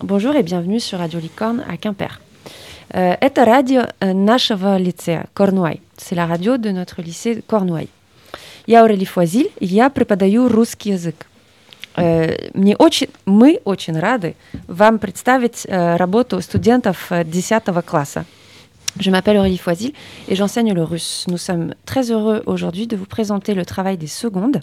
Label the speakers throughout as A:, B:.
A: Bonjour et bienvenue sur Radio Licorne à Quimper. Euh, это радио э, нашего лицея Корнуай. C'est la radio de notre lycée Корнуай. Я Аурели Фуазиль, и я преподаю русский язык. Э, Мне очень, мы очень рады вам представить э, работу студентов э, 10 класса. Je m'appelle Aurélie Foisil et j'enseigne le russe. Nous sommes très heureux aujourd'hui de vous présenter le travail des secondes.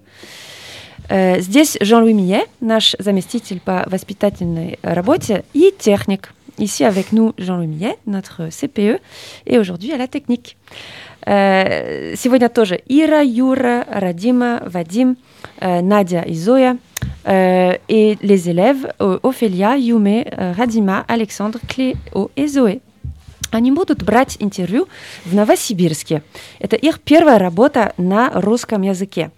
A: Э, Здесь Jean-Louis Millet, наш заместитель по воспитательной работе и техник. Ici avec nous Jean-Louis Millet, notre CPE, et aujourd'hui à la technique. Э, Сегодня тоже Ира, Юра, Радима, Вадим, э, Надя и Зоя. Euh, et les élèves euh, Ophélia, Yume, euh, Radima, Alexandre, Cléo et Zoé. Они будут брать интервью в Новосибирске. Это их первая работа на русском языке.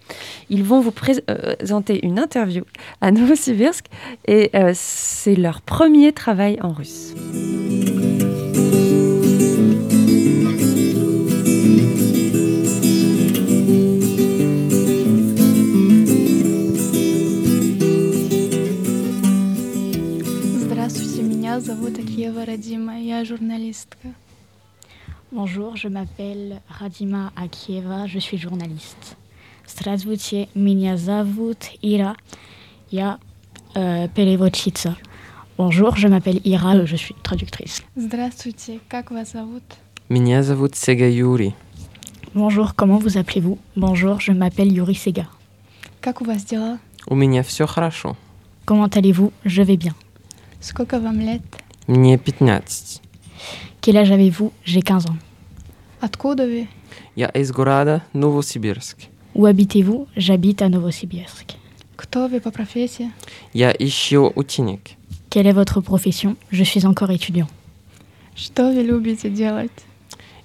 A: Ils vont vous pré- euh, présenter une interview à Novosibirsk et euh, c'est leur premier travail en russe.
B: Здравствуйте, меня зовут Акиева Радима, я журналистка.
C: Bonjour, je m'appelle Radima Akieva, je suis journaliste. Здравствуйте, меня зовут Ira, я euh, переводчица. Bonjour, je m'appelle Ira, je suis traductrice.
B: Здравствуйте, как вас зовут?
D: Меня зовут Сега Юрий.
C: Bonjour, comment vous appelez-vous Bonjour, je m'appelle Yuri Sega.
B: Как у вас дела?
D: У меня все хорошо.
C: Comment allez-vous Je vais bien.
B: Сколько вам лет?
D: Мне 15.
C: Quel âge avez-vous J'ai 15 ans.
B: Откуда вы?
D: Я из города Новосибирск.
C: Où habitez-vous J'habite à Novosibirsk.
B: Кто вы по профессии?
D: Я ищу ученик.
C: Quelle est votre profession Je suis encore étudiant.
B: Что вы любите делать?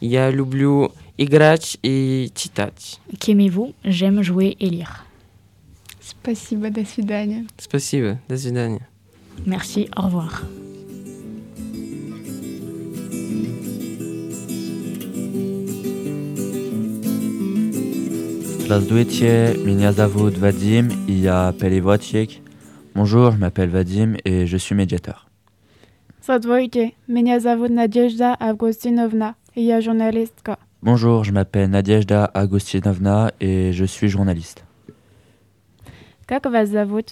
D: Я люблю играть и читать.
C: Qu'aimez-vous J'aime jouer et lire.
B: Спасибо, до свидания.
D: Спасибо. До свидания.
C: Merci, au revoir.
E: Здравствуйте, меня зовут Вадим, и я переводчик. Bonjour, je m'appelle Vadim et je suis médiateur.
F: Здравствуйте, меня зовут Надежда Августиновна, и я журналистка.
E: Bonjour, je m'appelle Nadejda Agostinovna et je suis journaliste.
F: Как вас зовут?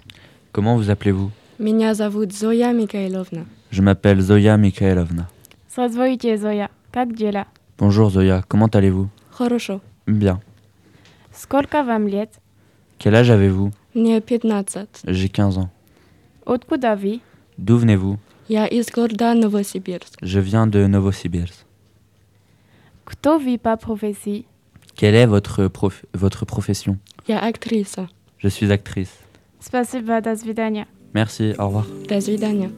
E: Comment vous appelez-vous
G: Меня зовут Зоя Михайловна.
E: Je m'appelle Zoya Mikhailovna.
F: Здравствуйте, Зоя. Как дела?
E: Bonjour Zoya, comment allez-vous
G: Хорошо.
E: Bien.
F: Сколько вам лет?
E: Quel âge avez-vous
G: Мне 15.
E: J'ai 15 ans.
F: Откуда вы?
E: D'où venez-vous
G: Я из города Новосибирск.
E: Je viens de Novosibirsk.
F: Кто вы по профессии?
E: Quelle est votre, prof- votre profession
G: Я актриса.
E: Je suis actrice.
F: Спасибо, до свидания.
E: Merci, au revoir.
G: До свидания.